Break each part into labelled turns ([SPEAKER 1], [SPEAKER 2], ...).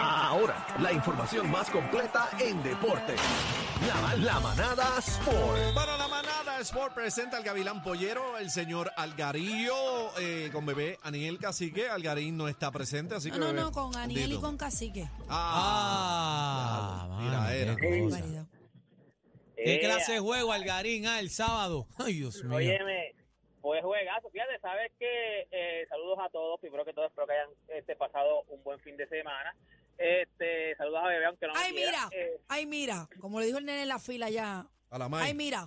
[SPEAKER 1] Ahora, la información más completa en deporte. La, la manada Sport.
[SPEAKER 2] Bueno, la manada Sport presenta al Gavilán Pollero, el señor Algarillo, eh, con bebé Aniel Cacique. Algarín no está presente, así
[SPEAKER 3] No,
[SPEAKER 2] que.
[SPEAKER 3] Ah, no,
[SPEAKER 2] bebé,
[SPEAKER 3] no, con Aniel y
[SPEAKER 2] dilo.
[SPEAKER 3] con Cacique.
[SPEAKER 2] Ah,
[SPEAKER 4] Ah,
[SPEAKER 2] mira,
[SPEAKER 4] mano,
[SPEAKER 2] era.
[SPEAKER 4] qué cosa.
[SPEAKER 3] Barbaridad.
[SPEAKER 4] ¿Qué
[SPEAKER 5] Eh,
[SPEAKER 4] clase de juego, Algarín? Ah, el sábado. Ay, Dios mío.
[SPEAKER 5] Óyeme, pues juegazo, fíjate, sabes que eh, saludos a todos, primero que todo espero que hayan este, pasado un buen fin de semana. Este, saludos a Bebé, aunque no me
[SPEAKER 3] Ay,
[SPEAKER 5] quiera.
[SPEAKER 3] mira,
[SPEAKER 5] Eh,
[SPEAKER 3] ay, mira, como le dijo el nene en la fila ya.
[SPEAKER 2] A la
[SPEAKER 3] Ay,
[SPEAKER 2] May.
[SPEAKER 3] mira,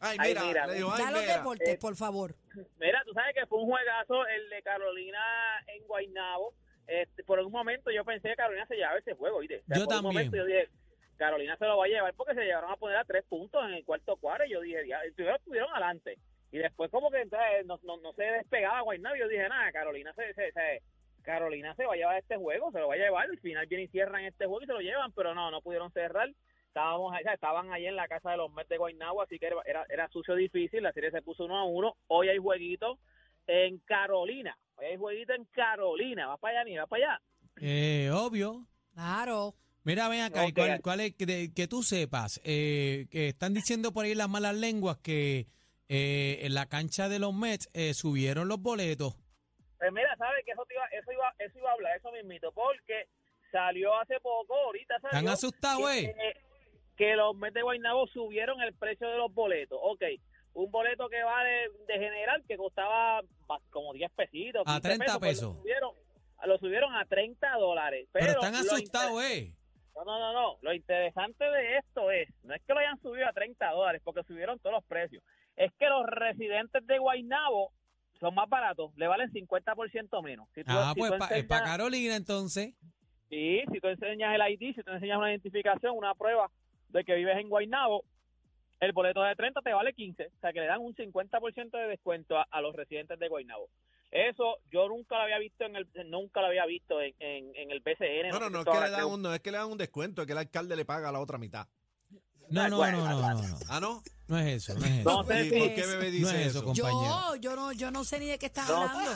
[SPEAKER 2] Ay,
[SPEAKER 5] Ay,
[SPEAKER 2] mira.
[SPEAKER 5] mira,
[SPEAKER 2] le digo, ay,
[SPEAKER 3] ya los
[SPEAKER 2] mira.
[SPEAKER 3] deportes,
[SPEAKER 5] Eh,
[SPEAKER 3] por favor.
[SPEAKER 5] mira, tú sabes que fue un juegazo el de Carolina en Guaynabo. Este, por un momento yo pensé que Carolina se llevaba ese juego, ¿oíste? O sea,
[SPEAKER 4] Yo
[SPEAKER 5] por
[SPEAKER 4] también.
[SPEAKER 5] Un momento yo dije, Carolina se lo va a llevar porque se llegaron a poner a tres puntos en el cuarto cuadro. Y yo dije, "Ya", y primero estuvieron adelante. Y después como que entonces, no, no, no se despegaba Guaynabo. Yo dije, nada, Carolina se, se, se- Carolina se va a llevar este juego, se lo va a llevar. Al final vienen y cierran este juego y se lo llevan, pero no, no pudieron cerrar. Estábamos allá, estaban ahí en la casa de los Mets de Guaynabo, así que era, era, era sucio difícil. La serie se puso uno a uno. Hoy hay jueguito en Carolina. Hoy hay jueguito en Carolina. Va para allá, ni va para allá.
[SPEAKER 4] Eh, obvio.
[SPEAKER 3] Claro.
[SPEAKER 4] Mira, ven acá, ¿y
[SPEAKER 5] Ok.
[SPEAKER 4] ¿cuál, cuál es, que, de- que tú sepas, eh, que están diciendo por ahí las malas lenguas que eh, en la cancha de los Mets eh, subieron los boletos.
[SPEAKER 5] Pues mira, sabes que eso, te iba, eso, iba, eso iba a hablar, eso mismito, porque salió hace poco, ahorita salió.
[SPEAKER 4] ¿Están asustados,
[SPEAKER 5] que,
[SPEAKER 4] eh?
[SPEAKER 5] que los Mets de Guaynabo subieron el precio de los boletos. Ok, un boleto que vale de general que costaba ba- como 10 pesitos.
[SPEAKER 4] A
[SPEAKER 5] 15
[SPEAKER 4] 30
[SPEAKER 5] pues
[SPEAKER 4] pesos.
[SPEAKER 5] Lo subieron, lo subieron a 30 dólares. Pero,
[SPEAKER 4] Pero, están
[SPEAKER 5] lo
[SPEAKER 4] asustados,
[SPEAKER 5] inter-
[SPEAKER 4] ¿eh?
[SPEAKER 5] No, no, no, no. Lo interesante de esto es, no es que lo hayan subido a 30 dólares, porque subieron todos los precios. Es que los residentes de Guaynabo son más baratos, le valen 50% menos. Si tú-
[SPEAKER 4] Ah,
[SPEAKER 5] si
[SPEAKER 4] pues
[SPEAKER 5] tú
[SPEAKER 4] para
[SPEAKER 5] enseñas-
[SPEAKER 4] Carolina entonces.
[SPEAKER 5] Sí, si tú enseñas el ID, si tú enseñas una identificación, una prueba de que vives en Guaynabo, el boleto de 30 te vale 15, o sea que le dan un 50% de descuento a, a los residentes de Guaynabo. Eso yo nunca lo había visto en el nunca lo había visto en, en- en el BCN.
[SPEAKER 2] Bueno, no
[SPEAKER 5] sé si
[SPEAKER 2] es, que
[SPEAKER 5] ahora
[SPEAKER 2] le dan
[SPEAKER 5] creo-
[SPEAKER 2] un, no es que le dan un descuento, es que el alcalde le paga la otra mitad.
[SPEAKER 4] No, no, no,
[SPEAKER 5] Ah, Bueno,
[SPEAKER 4] no, no, no.
[SPEAKER 2] Ah, ¿no?
[SPEAKER 4] No es eso, no es eso.
[SPEAKER 5] No,
[SPEAKER 2] ¿Y
[SPEAKER 3] sé
[SPEAKER 2] por
[SPEAKER 3] qué
[SPEAKER 2] qué
[SPEAKER 3] es.
[SPEAKER 2] bebé
[SPEAKER 4] No
[SPEAKER 2] dice
[SPEAKER 4] es eso,
[SPEAKER 2] eso?
[SPEAKER 3] Yo,
[SPEAKER 4] compañero.
[SPEAKER 3] yo no, yo no sé ni de qué estás
[SPEAKER 5] No.
[SPEAKER 3] hablando.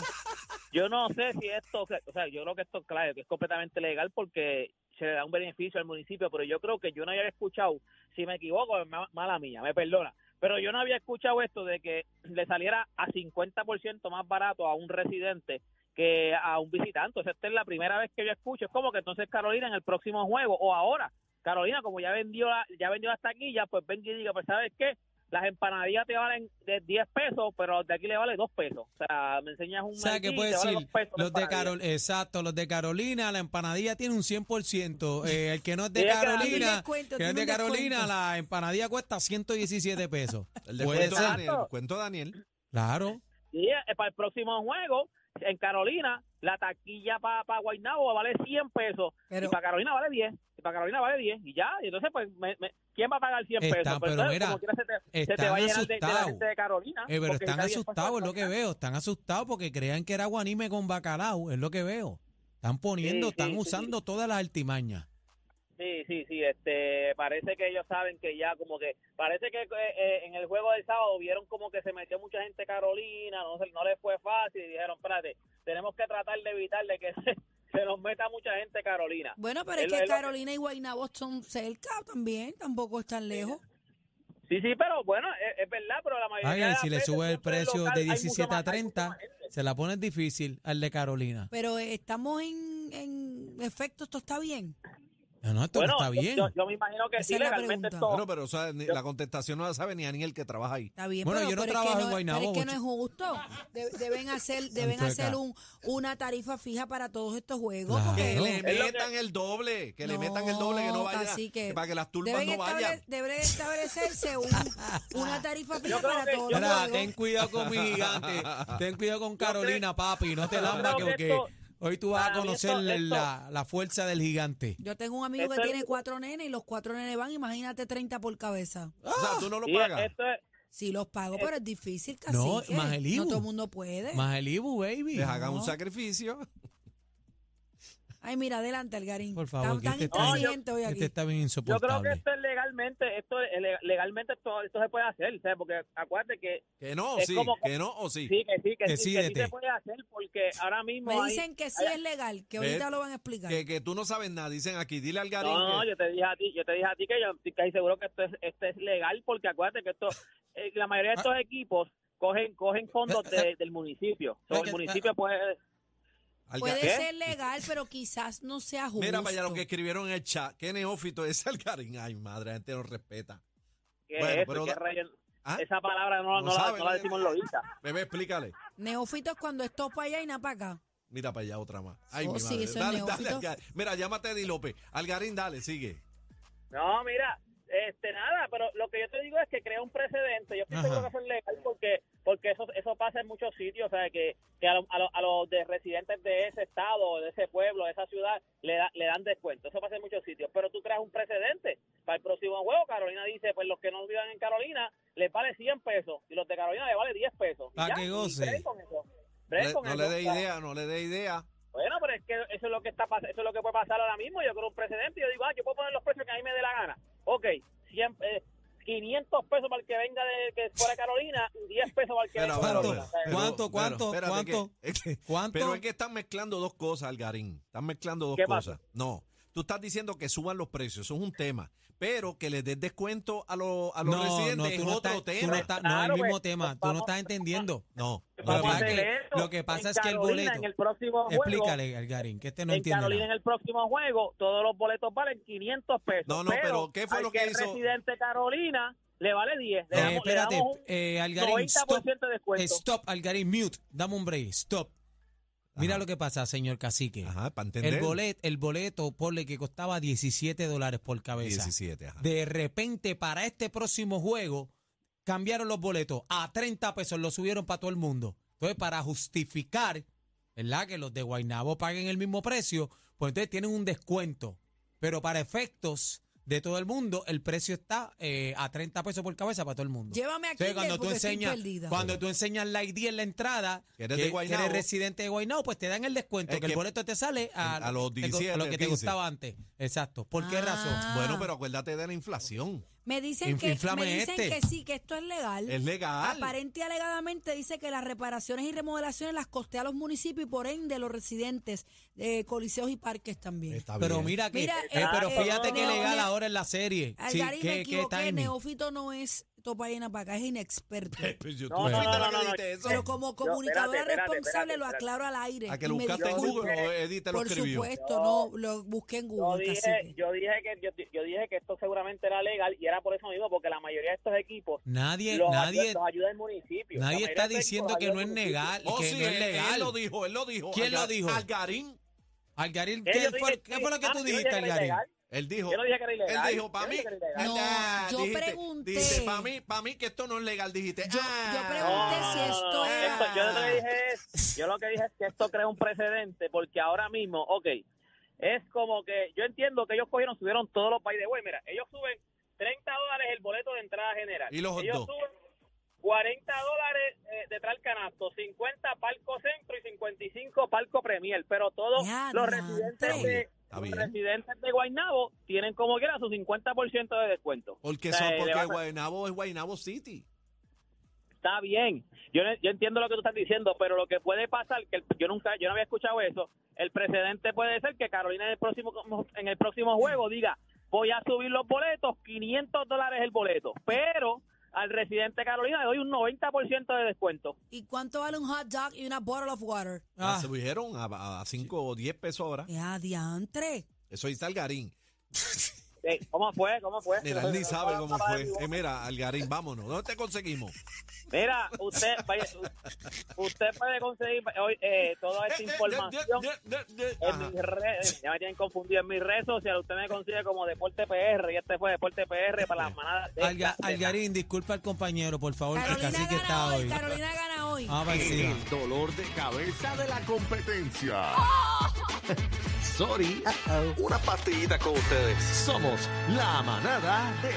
[SPEAKER 5] Yo no sé si esto, o sea, yo creo que esto, claro, que es completamente legal porque se le da un beneficio al municipio, pero yo creo que yo no había escuchado, si me equivoco, ma- mala mía, me perdona, pero yo no había escuchado esto de que le saliera a 50% más barato a un residente que a un visitante. O sea, esta es la primera vez que yo escucho. Es como que entonces Carolina en el próximo juego o ahora, Carolina, como ya vendió la, ya vendió las taquillas, pues venga y diga, pues ¿sabes qué? Las empanadillas te valen de 10 pesos, pero de aquí le vale 2 pesos. O sea, me enseñas un
[SPEAKER 4] O sea,
[SPEAKER 5] maniquí
[SPEAKER 4] que
[SPEAKER 5] y
[SPEAKER 4] puede
[SPEAKER 5] te vale
[SPEAKER 4] decir,
[SPEAKER 5] dos pesos la
[SPEAKER 4] los de
[SPEAKER 5] empanadilla.
[SPEAKER 4] Carol, exacto, los de Carolina, la empanadilla tiene un 100%. eh, el que no es de
[SPEAKER 5] Sí, es que la-
[SPEAKER 3] Tiene un
[SPEAKER 4] Carolina,
[SPEAKER 3] descuento,
[SPEAKER 4] que no es
[SPEAKER 3] tiene
[SPEAKER 4] de
[SPEAKER 3] un descuento.
[SPEAKER 4] Carolina, la empanadilla cuesta 117 pesos.
[SPEAKER 2] El
[SPEAKER 4] Puede
[SPEAKER 2] descuento,
[SPEAKER 4] ser.
[SPEAKER 2] Daniel, el descuento, Daniel.
[SPEAKER 4] Claro.
[SPEAKER 5] Y eh, para el próximo juego, en Carolina, la taquilla para Guaynabo vale 100 pesos.
[SPEAKER 3] Pero-
[SPEAKER 5] y para Carolina vale 10. Y para Carolina vale 10. Y ya, y entonces, pues, me- me- ¿quién va a pagar 100
[SPEAKER 4] Están,
[SPEAKER 5] pesos? Pues
[SPEAKER 4] pero
[SPEAKER 5] entonces,
[SPEAKER 4] mira,
[SPEAKER 5] como quiera, se te, se te
[SPEAKER 4] están
[SPEAKER 5] va a llenar de, de la
[SPEAKER 4] asustados.
[SPEAKER 5] gente de Carolina.
[SPEAKER 4] Eh, pero
[SPEAKER 5] porque
[SPEAKER 4] están
[SPEAKER 5] está 10 pesos
[SPEAKER 4] asustados, es lo que
[SPEAKER 5] Carolina.
[SPEAKER 4] veo. Están asustados porque creían que era guanime con bacalao, es lo que veo. Están poniendo,
[SPEAKER 5] Sí,
[SPEAKER 4] están
[SPEAKER 5] sí,
[SPEAKER 4] usando todas las altimañas.
[SPEAKER 5] Sí, sí, sí, este, parece que ellos saben que ya como que, parece que eh, eh, en el juego del sábado vieron como que se metió mucha gente a Carolina, no, se- no les fue fácil y dijeron, espérate, tenemos que tratar de evitar de que se, se nos meta mucha gente a Carolina.
[SPEAKER 3] Bueno, pero es
[SPEAKER 5] Es lo-
[SPEAKER 3] que
[SPEAKER 5] es lo que-
[SPEAKER 3] Carolina y Guaynabo son cerca también, tampoco están lejos.
[SPEAKER 5] Sí, sí, pero bueno, es, es verdad, pero la mayoría
[SPEAKER 4] Ay,
[SPEAKER 5] de
[SPEAKER 4] y
[SPEAKER 5] las
[SPEAKER 4] si le
[SPEAKER 5] veces
[SPEAKER 4] sube el
[SPEAKER 5] siempre en
[SPEAKER 4] precio
[SPEAKER 5] local
[SPEAKER 4] de
[SPEAKER 5] hay mucho
[SPEAKER 4] 17 a
[SPEAKER 5] más- hay mucho
[SPEAKER 4] 30,
[SPEAKER 5] más gente.
[SPEAKER 4] se la pone difícil al de Carolina.
[SPEAKER 3] Pero eh, estamos en, en efecto, esto está bien.
[SPEAKER 4] No, no, esto
[SPEAKER 5] Bueno,
[SPEAKER 4] no está
[SPEAKER 5] yo-
[SPEAKER 4] bien.
[SPEAKER 5] Yo, yo me imagino que
[SPEAKER 3] Esa
[SPEAKER 5] sí,
[SPEAKER 3] es la
[SPEAKER 5] legalmente
[SPEAKER 3] pregunta.
[SPEAKER 5] esto...
[SPEAKER 2] Bueno, pero o sea, ni- la contestación no la sabe ni Aniel que trabaja ahí.
[SPEAKER 3] Está bien,
[SPEAKER 4] Bueno,
[SPEAKER 3] pero,
[SPEAKER 4] yo no
[SPEAKER 3] pero es que
[SPEAKER 4] trabajo en
[SPEAKER 3] no- pero
[SPEAKER 4] Guaynabo,
[SPEAKER 3] es que no es justo. De- deben hacer, deben
[SPEAKER 4] Santo de
[SPEAKER 3] hacer
[SPEAKER 4] acá.
[SPEAKER 3] un, una tarifa fija para todos estos juegos.
[SPEAKER 4] Claro.
[SPEAKER 3] Porque
[SPEAKER 2] Que
[SPEAKER 4] Pero-
[SPEAKER 2] le
[SPEAKER 5] Es lo que-
[SPEAKER 2] metan el doble, que le metan el doble, que no vaya,
[SPEAKER 3] cacique.
[SPEAKER 2] que para que las turbas
[SPEAKER 3] Deben
[SPEAKER 2] no vayan.
[SPEAKER 3] estable- deben establecerse un- una tarifa fija
[SPEAKER 5] Yo creo
[SPEAKER 3] para
[SPEAKER 5] que-
[SPEAKER 3] todos los
[SPEAKER 5] yo
[SPEAKER 4] Mira,
[SPEAKER 3] juegos.
[SPEAKER 4] ten cuidado con mi gigante. Ten cuidado con Carolina, papi. No te
[SPEAKER 5] Yo
[SPEAKER 4] lambas
[SPEAKER 5] creo que
[SPEAKER 4] porque
[SPEAKER 5] esto-
[SPEAKER 4] hoy tú vas a
[SPEAKER 5] para mí esto-
[SPEAKER 4] conocer la-
[SPEAKER 5] esto-
[SPEAKER 4] la, la fuerza del gigante.
[SPEAKER 3] Yo tengo un amigo
[SPEAKER 5] Esto
[SPEAKER 3] que
[SPEAKER 5] es-
[SPEAKER 3] tiene cuatro nenes y los cuatro nenes van, imagínate, 30 por cabeza.
[SPEAKER 2] O sea, tú no lo
[SPEAKER 5] Sí,
[SPEAKER 2] pagas.
[SPEAKER 5] esto es-
[SPEAKER 3] Si los pago, pero es difícil casi.
[SPEAKER 4] No, más el IBU.
[SPEAKER 3] todo el mundo puede.
[SPEAKER 4] Más el Ibu, baby.
[SPEAKER 2] Les hagan
[SPEAKER 3] no.
[SPEAKER 2] un sacrificio.
[SPEAKER 3] Ay, mira, adelante, Algarín.
[SPEAKER 4] Por favor,
[SPEAKER 3] Tan,
[SPEAKER 4] que
[SPEAKER 3] tan
[SPEAKER 4] este está-
[SPEAKER 3] intransigente hoy aquí.
[SPEAKER 4] Este está bien
[SPEAKER 5] Yo creo que este-
[SPEAKER 4] insoportable.
[SPEAKER 5] esto es legalmente, esto es- le- legalmente esto, esto se puede hacer, ¿sabes? porque acuérdate que
[SPEAKER 2] Que no, o
[SPEAKER 5] Es
[SPEAKER 2] sí,
[SPEAKER 5] como-
[SPEAKER 2] que no, o sí.
[SPEAKER 5] sí, que sí, que sí, que sí
[SPEAKER 4] Decídete.
[SPEAKER 5] se puede hacer, porque ahora mismo
[SPEAKER 3] Me
[SPEAKER 5] hay-
[SPEAKER 3] dicen que sí es legal, que
[SPEAKER 2] Ve-
[SPEAKER 3] ahorita lo van a explicar.
[SPEAKER 2] Que, que tú no sabes nada, dicen aquí. Dile al Garín.
[SPEAKER 5] No, no,
[SPEAKER 2] que-
[SPEAKER 5] yo te dije a ti, yo te dije a ti que yo estoy casi seguro que esto es, esto es legal, porque acuérdate que esto, eh, la mayoría de estos equipos cogen cogen fondos de- del municipio. O sea, el municipio puede...
[SPEAKER 2] al
[SPEAKER 3] Puede
[SPEAKER 2] Garín.
[SPEAKER 3] ser legal, pero quizás no sea justo.
[SPEAKER 2] Mira, vaya lo que escribieron en el chat. ¿Qué neófito es Algarín? Ay, madre, la gente no respeta.
[SPEAKER 5] ¿qué es
[SPEAKER 2] Bueno,
[SPEAKER 5] esto?
[SPEAKER 2] pero
[SPEAKER 5] ¿Qué
[SPEAKER 2] da-
[SPEAKER 5] rayos?
[SPEAKER 2] Ah,
[SPEAKER 5] Esa palabra
[SPEAKER 2] No
[SPEAKER 5] no, no, la,
[SPEAKER 2] sabe,
[SPEAKER 5] no la
[SPEAKER 2] no-
[SPEAKER 5] decimos los istas.
[SPEAKER 2] bebé, explícale.
[SPEAKER 3] Neófitos cuando esto para allá y nada para acá.
[SPEAKER 2] Mira para allá otra más. Ay,
[SPEAKER 3] Oh,
[SPEAKER 2] mi
[SPEAKER 3] sí,
[SPEAKER 2] madre.
[SPEAKER 3] eso es
[SPEAKER 2] dale, dale,
[SPEAKER 3] neófito.
[SPEAKER 2] Algarín. Mira, llámate a Eddie López. Algarín, dale, sigue.
[SPEAKER 5] No, mira, este nada, pero lo que yo te digo es que crea un precedente. Yo estoy
[SPEAKER 4] Ajá.
[SPEAKER 5] seguro que eso es legal porque, porque eso, eso pasa en muchos sitios, o sea, que, que a, lo- a lo- a los de residentes de ese estado, de ese pueblo, de esa ciudad, le, da- le dan descuento. Eso pasa en muchos sitios, pero tú creas un precedente. Para el próximo juego, Carolina dice, pues los que no vivan en Carolina les vale 100 pesos y los de Carolina les vale 10 pesos. Y
[SPEAKER 4] Pa'
[SPEAKER 5] ya,
[SPEAKER 4] que
[SPEAKER 5] y
[SPEAKER 4] goce.
[SPEAKER 5] break con eso. Break
[SPEAKER 2] Le-
[SPEAKER 5] con
[SPEAKER 2] no
[SPEAKER 5] eso,
[SPEAKER 2] le dé
[SPEAKER 5] o sea.
[SPEAKER 2] idea, no le dé idea.
[SPEAKER 5] Bueno, pero es que eso es lo que está pas- eso es lo que puede pasar ahora mismo. Yo creo un precedente. Yo digo, ah, yo puedo poner los precios que a mí me dé la gana. Ok, 100, eh, 500 pesos para el que venga de que fuera de Carolina, y 10 pesos para el que
[SPEAKER 2] Pero,
[SPEAKER 5] venga de
[SPEAKER 2] pero,
[SPEAKER 5] Carolina. O sea,
[SPEAKER 2] pero,
[SPEAKER 4] ¿Cuánto,
[SPEAKER 2] pero,
[SPEAKER 4] cuánto,
[SPEAKER 2] espérate que-
[SPEAKER 4] cuánto?
[SPEAKER 2] es que-
[SPEAKER 4] ¿Cuánto?
[SPEAKER 2] Pero es que están mezclando dos cosas, Algarín. Están mezclando dos
[SPEAKER 5] ¿Qué pasa?
[SPEAKER 2] cosas. No. Tú estás diciendo que suban los precios, eso es un tema. Pero que les des descuento a, los a los
[SPEAKER 4] no,
[SPEAKER 2] residentes
[SPEAKER 4] no,
[SPEAKER 2] es
[SPEAKER 4] tú no
[SPEAKER 2] otro
[SPEAKER 4] estás, tú no
[SPEAKER 2] tema.
[SPEAKER 4] estás, no,
[SPEAKER 5] Claro,
[SPEAKER 4] el mismo
[SPEAKER 5] pues,
[SPEAKER 4] tema, tú no
[SPEAKER 5] vamos-
[SPEAKER 4] estás entendiendo.
[SPEAKER 2] No, no,
[SPEAKER 5] vamos a
[SPEAKER 4] pasa
[SPEAKER 5] hacer
[SPEAKER 4] que-
[SPEAKER 5] eso
[SPEAKER 4] lo que pasa
[SPEAKER 5] en
[SPEAKER 4] es que el
[SPEAKER 5] Carolina,
[SPEAKER 4] boleto-
[SPEAKER 5] En el próximo juego,
[SPEAKER 4] Explícale, Algarín, que este no
[SPEAKER 5] en
[SPEAKER 4] entiende
[SPEAKER 5] Carolina
[SPEAKER 4] nada.
[SPEAKER 5] en el próximo juego, todos los boletos valen 500 pesos.
[SPEAKER 2] No, no, pero ¿qué fue
[SPEAKER 5] al
[SPEAKER 2] lo que hizo?
[SPEAKER 5] residente de Carolina le vale 10. Le
[SPEAKER 4] Eh,
[SPEAKER 5] damos, le
[SPEAKER 4] espérate,
[SPEAKER 5] damos un
[SPEAKER 4] eh, Algarín,
[SPEAKER 5] 90%
[SPEAKER 4] stop,
[SPEAKER 5] de descuento.
[SPEAKER 4] eh, stop, Algarín, mute, dame un break, stop. Mira
[SPEAKER 2] Ajá.
[SPEAKER 4] lo que pasa, señor cacique.
[SPEAKER 2] Ajá, para entender.
[SPEAKER 4] El, bolet, el boleto, ponle que costaba 17 dólares por cabeza.
[SPEAKER 2] 17, ajá.
[SPEAKER 4] De repente, para este próximo juego, cambiaron los boletos a 30 pesos, lo subieron para todo el mundo. Entonces, para justificar, ¿verdad? Que los de Guaynabo paguen el mismo precio, pues entonces tienen un descuento. Pero para efectos de todo el mundo, el precio está eh, a 30 pesos por cabeza para todo el mundo.
[SPEAKER 3] Llévame aquí
[SPEAKER 4] Entonces, cuando tú
[SPEAKER 3] porque estoy
[SPEAKER 4] enseñas,
[SPEAKER 3] perdida.
[SPEAKER 4] cuando tú enseñas la ID en la entrada,
[SPEAKER 2] Que eres de Guaynabo.
[SPEAKER 4] residente de Guaynabo, pues te dan el descuento,
[SPEAKER 2] Es
[SPEAKER 4] que, el
[SPEAKER 2] que-
[SPEAKER 4] boleto te sale a,
[SPEAKER 2] a los
[SPEAKER 4] te-
[SPEAKER 2] 17,
[SPEAKER 4] a lo que te
[SPEAKER 2] 15.
[SPEAKER 4] gustaba antes. Exacto. ¿Por qué
[SPEAKER 3] Ah.
[SPEAKER 4] razón?
[SPEAKER 2] Bueno, pero acuérdate de la inflación.
[SPEAKER 3] Me dicen,
[SPEAKER 4] Inf-
[SPEAKER 3] que,
[SPEAKER 4] inflame
[SPEAKER 3] me dicen
[SPEAKER 4] este.
[SPEAKER 3] que sí, que esto es legal.
[SPEAKER 2] Es legal.
[SPEAKER 3] Aparente y alegadamente dice que las reparaciones y remodelaciones las costea los municipios y por ende los residentes de coliseos y parques también.
[SPEAKER 2] Está
[SPEAKER 4] Pero
[SPEAKER 2] bien.
[SPEAKER 4] mira que,
[SPEAKER 3] Mira,
[SPEAKER 4] eh,
[SPEAKER 5] eh,
[SPEAKER 4] pero
[SPEAKER 5] eh,
[SPEAKER 4] fíjate que
[SPEAKER 5] no,
[SPEAKER 4] legal
[SPEAKER 3] mira.
[SPEAKER 4] ahora en la serie. Sí,
[SPEAKER 3] Algarín, me
[SPEAKER 4] qué, qué
[SPEAKER 3] equivoqué,
[SPEAKER 4] timing.
[SPEAKER 3] Neófito no es topa llena para acá, es inexperto.
[SPEAKER 2] Pues yo-
[SPEAKER 5] No,
[SPEAKER 2] tú
[SPEAKER 5] no,
[SPEAKER 2] fuiste
[SPEAKER 5] no,
[SPEAKER 2] la
[SPEAKER 5] no,
[SPEAKER 2] que
[SPEAKER 5] no,
[SPEAKER 2] dijiste eso.
[SPEAKER 3] Pero como comunicadora
[SPEAKER 5] espérate, espérate,
[SPEAKER 3] responsable lo
[SPEAKER 5] espérate.
[SPEAKER 3] aclaro al aire.
[SPEAKER 2] a que
[SPEAKER 3] y
[SPEAKER 2] lo
[SPEAKER 3] me
[SPEAKER 2] buscaste en
[SPEAKER 3] disculpo.
[SPEAKER 2] Google o Eddie te lo
[SPEAKER 3] Por
[SPEAKER 2] escribió.
[SPEAKER 3] supuesto, no, lo busqué en
[SPEAKER 5] Yo
[SPEAKER 3] Google.
[SPEAKER 5] dije,
[SPEAKER 3] cacique.
[SPEAKER 5] yo dije que yo, yo dije que esto seguramente era legal y era por eso mismo, porque la mayoría de estos equipos
[SPEAKER 4] Nadie,
[SPEAKER 5] los,
[SPEAKER 4] nadie,
[SPEAKER 5] ayuda, los ayuda el municipio.
[SPEAKER 4] nadie
[SPEAKER 5] La mayoría
[SPEAKER 2] este
[SPEAKER 4] está
[SPEAKER 5] de estos
[SPEAKER 4] diciendo
[SPEAKER 5] equipos
[SPEAKER 4] que
[SPEAKER 5] los
[SPEAKER 4] no es
[SPEAKER 5] ayuda el
[SPEAKER 4] legal,
[SPEAKER 2] Oh,
[SPEAKER 4] que
[SPEAKER 2] sí,
[SPEAKER 4] no es
[SPEAKER 2] él, él
[SPEAKER 4] legal.
[SPEAKER 2] lo dijo, él lo dijo.
[SPEAKER 4] ¿Quién lo
[SPEAKER 2] Algar-
[SPEAKER 4] dijo?
[SPEAKER 2] Algarín.
[SPEAKER 4] Algarín,
[SPEAKER 5] municipio.
[SPEAKER 4] ¿qué
[SPEAKER 5] Ellos
[SPEAKER 4] fue,
[SPEAKER 5] dicen-
[SPEAKER 4] qué fue lo que
[SPEAKER 5] Ah,
[SPEAKER 4] tú
[SPEAKER 5] yo dije
[SPEAKER 4] dijiste,
[SPEAKER 5] que era
[SPEAKER 4] Algarín?
[SPEAKER 5] ilegal.
[SPEAKER 2] Él dijo.
[SPEAKER 5] Yo no dije que era
[SPEAKER 2] Él
[SPEAKER 5] ilegal.
[SPEAKER 2] dijo, para
[SPEAKER 5] Yo
[SPEAKER 2] mí.
[SPEAKER 5] dije que era ilegal.
[SPEAKER 3] No,
[SPEAKER 2] ah,
[SPEAKER 3] yo
[SPEAKER 2] dijiste,
[SPEAKER 3] pregunté.
[SPEAKER 2] Dice, para mí, para mí que esto no es legal, dijiste.
[SPEAKER 3] Yo- yo
[SPEAKER 2] ah.
[SPEAKER 3] pregunté si
[SPEAKER 5] no,
[SPEAKER 3] esto
[SPEAKER 5] no,
[SPEAKER 3] era-
[SPEAKER 5] esto- yo, lo que dije es, yo lo que dije es que esto crea un precedente, porque ahora mismo, ok, es como que yo entiendo que ellos cogieron, subieron todos los países. Güey, mira, ellos suben 30 dólares el boleto de entrada general.
[SPEAKER 2] Y los hot
[SPEAKER 5] ellos
[SPEAKER 2] dog.
[SPEAKER 5] suben 40 dólares eh, detrás del canasto, 50 palco centro y 55 palco premier, pero todos
[SPEAKER 3] Ya,
[SPEAKER 5] los
[SPEAKER 3] diantre.
[SPEAKER 5] residentes de,
[SPEAKER 2] Está
[SPEAKER 5] los
[SPEAKER 2] bien.
[SPEAKER 5] residentes de Guaynabo tienen como quiera su 50% de descuento.
[SPEAKER 2] Porque,
[SPEAKER 5] O sea,
[SPEAKER 2] son,
[SPEAKER 5] le
[SPEAKER 2] porque
[SPEAKER 5] vas a-
[SPEAKER 2] Guaynabo es Guaynabo City.
[SPEAKER 5] está bien. Yo, no- yo entiendo lo que tú estás diciendo, pero lo que puede pasar, que el- yo nunca, yo no había escuchado eso, el precedente puede ser que Carolina en el próximo, en el próximo juego diga, voy a subir los boletos, 500 dólares el boleto, pero al residente de Carolina le doy un 90% de descuento.
[SPEAKER 3] ¿Y cuánto vale un hot dog y una bottle of water?
[SPEAKER 4] Ah.
[SPEAKER 2] Se subieron a, a 5 o 10 pesos ahora.
[SPEAKER 3] Ya, diantre.
[SPEAKER 2] Eso dice Algarín.
[SPEAKER 5] Eh, ¿Cómo fue? ¿Cómo fue?
[SPEAKER 2] Mira, él ni sabe cómo fue. Eh, mira, Algarín, vámonos. ¿Dónde te conseguimos?
[SPEAKER 5] Mira, usted, vaya, usted puede conseguir hoy, eh, toda esta información. En
[SPEAKER 2] eh, Ajá.
[SPEAKER 5] mis redes, ya me tienen confundido en mis redes sociales. Usted me consigue como Deporte PR y este fue Deporte PR para las manadas de
[SPEAKER 4] Alga-
[SPEAKER 5] la- de la-
[SPEAKER 4] Algarín, disculpa al compañero, por favor, que el
[SPEAKER 3] Carolina
[SPEAKER 4] cacique
[SPEAKER 3] gana
[SPEAKER 4] está
[SPEAKER 3] hoy,
[SPEAKER 4] hoy.
[SPEAKER 3] Carolina gana hoy.
[SPEAKER 4] Ah, va encima.
[SPEAKER 1] El dolor de cabeza de la competencia. Sorry. Una partidita con ustedes. Somos la manada de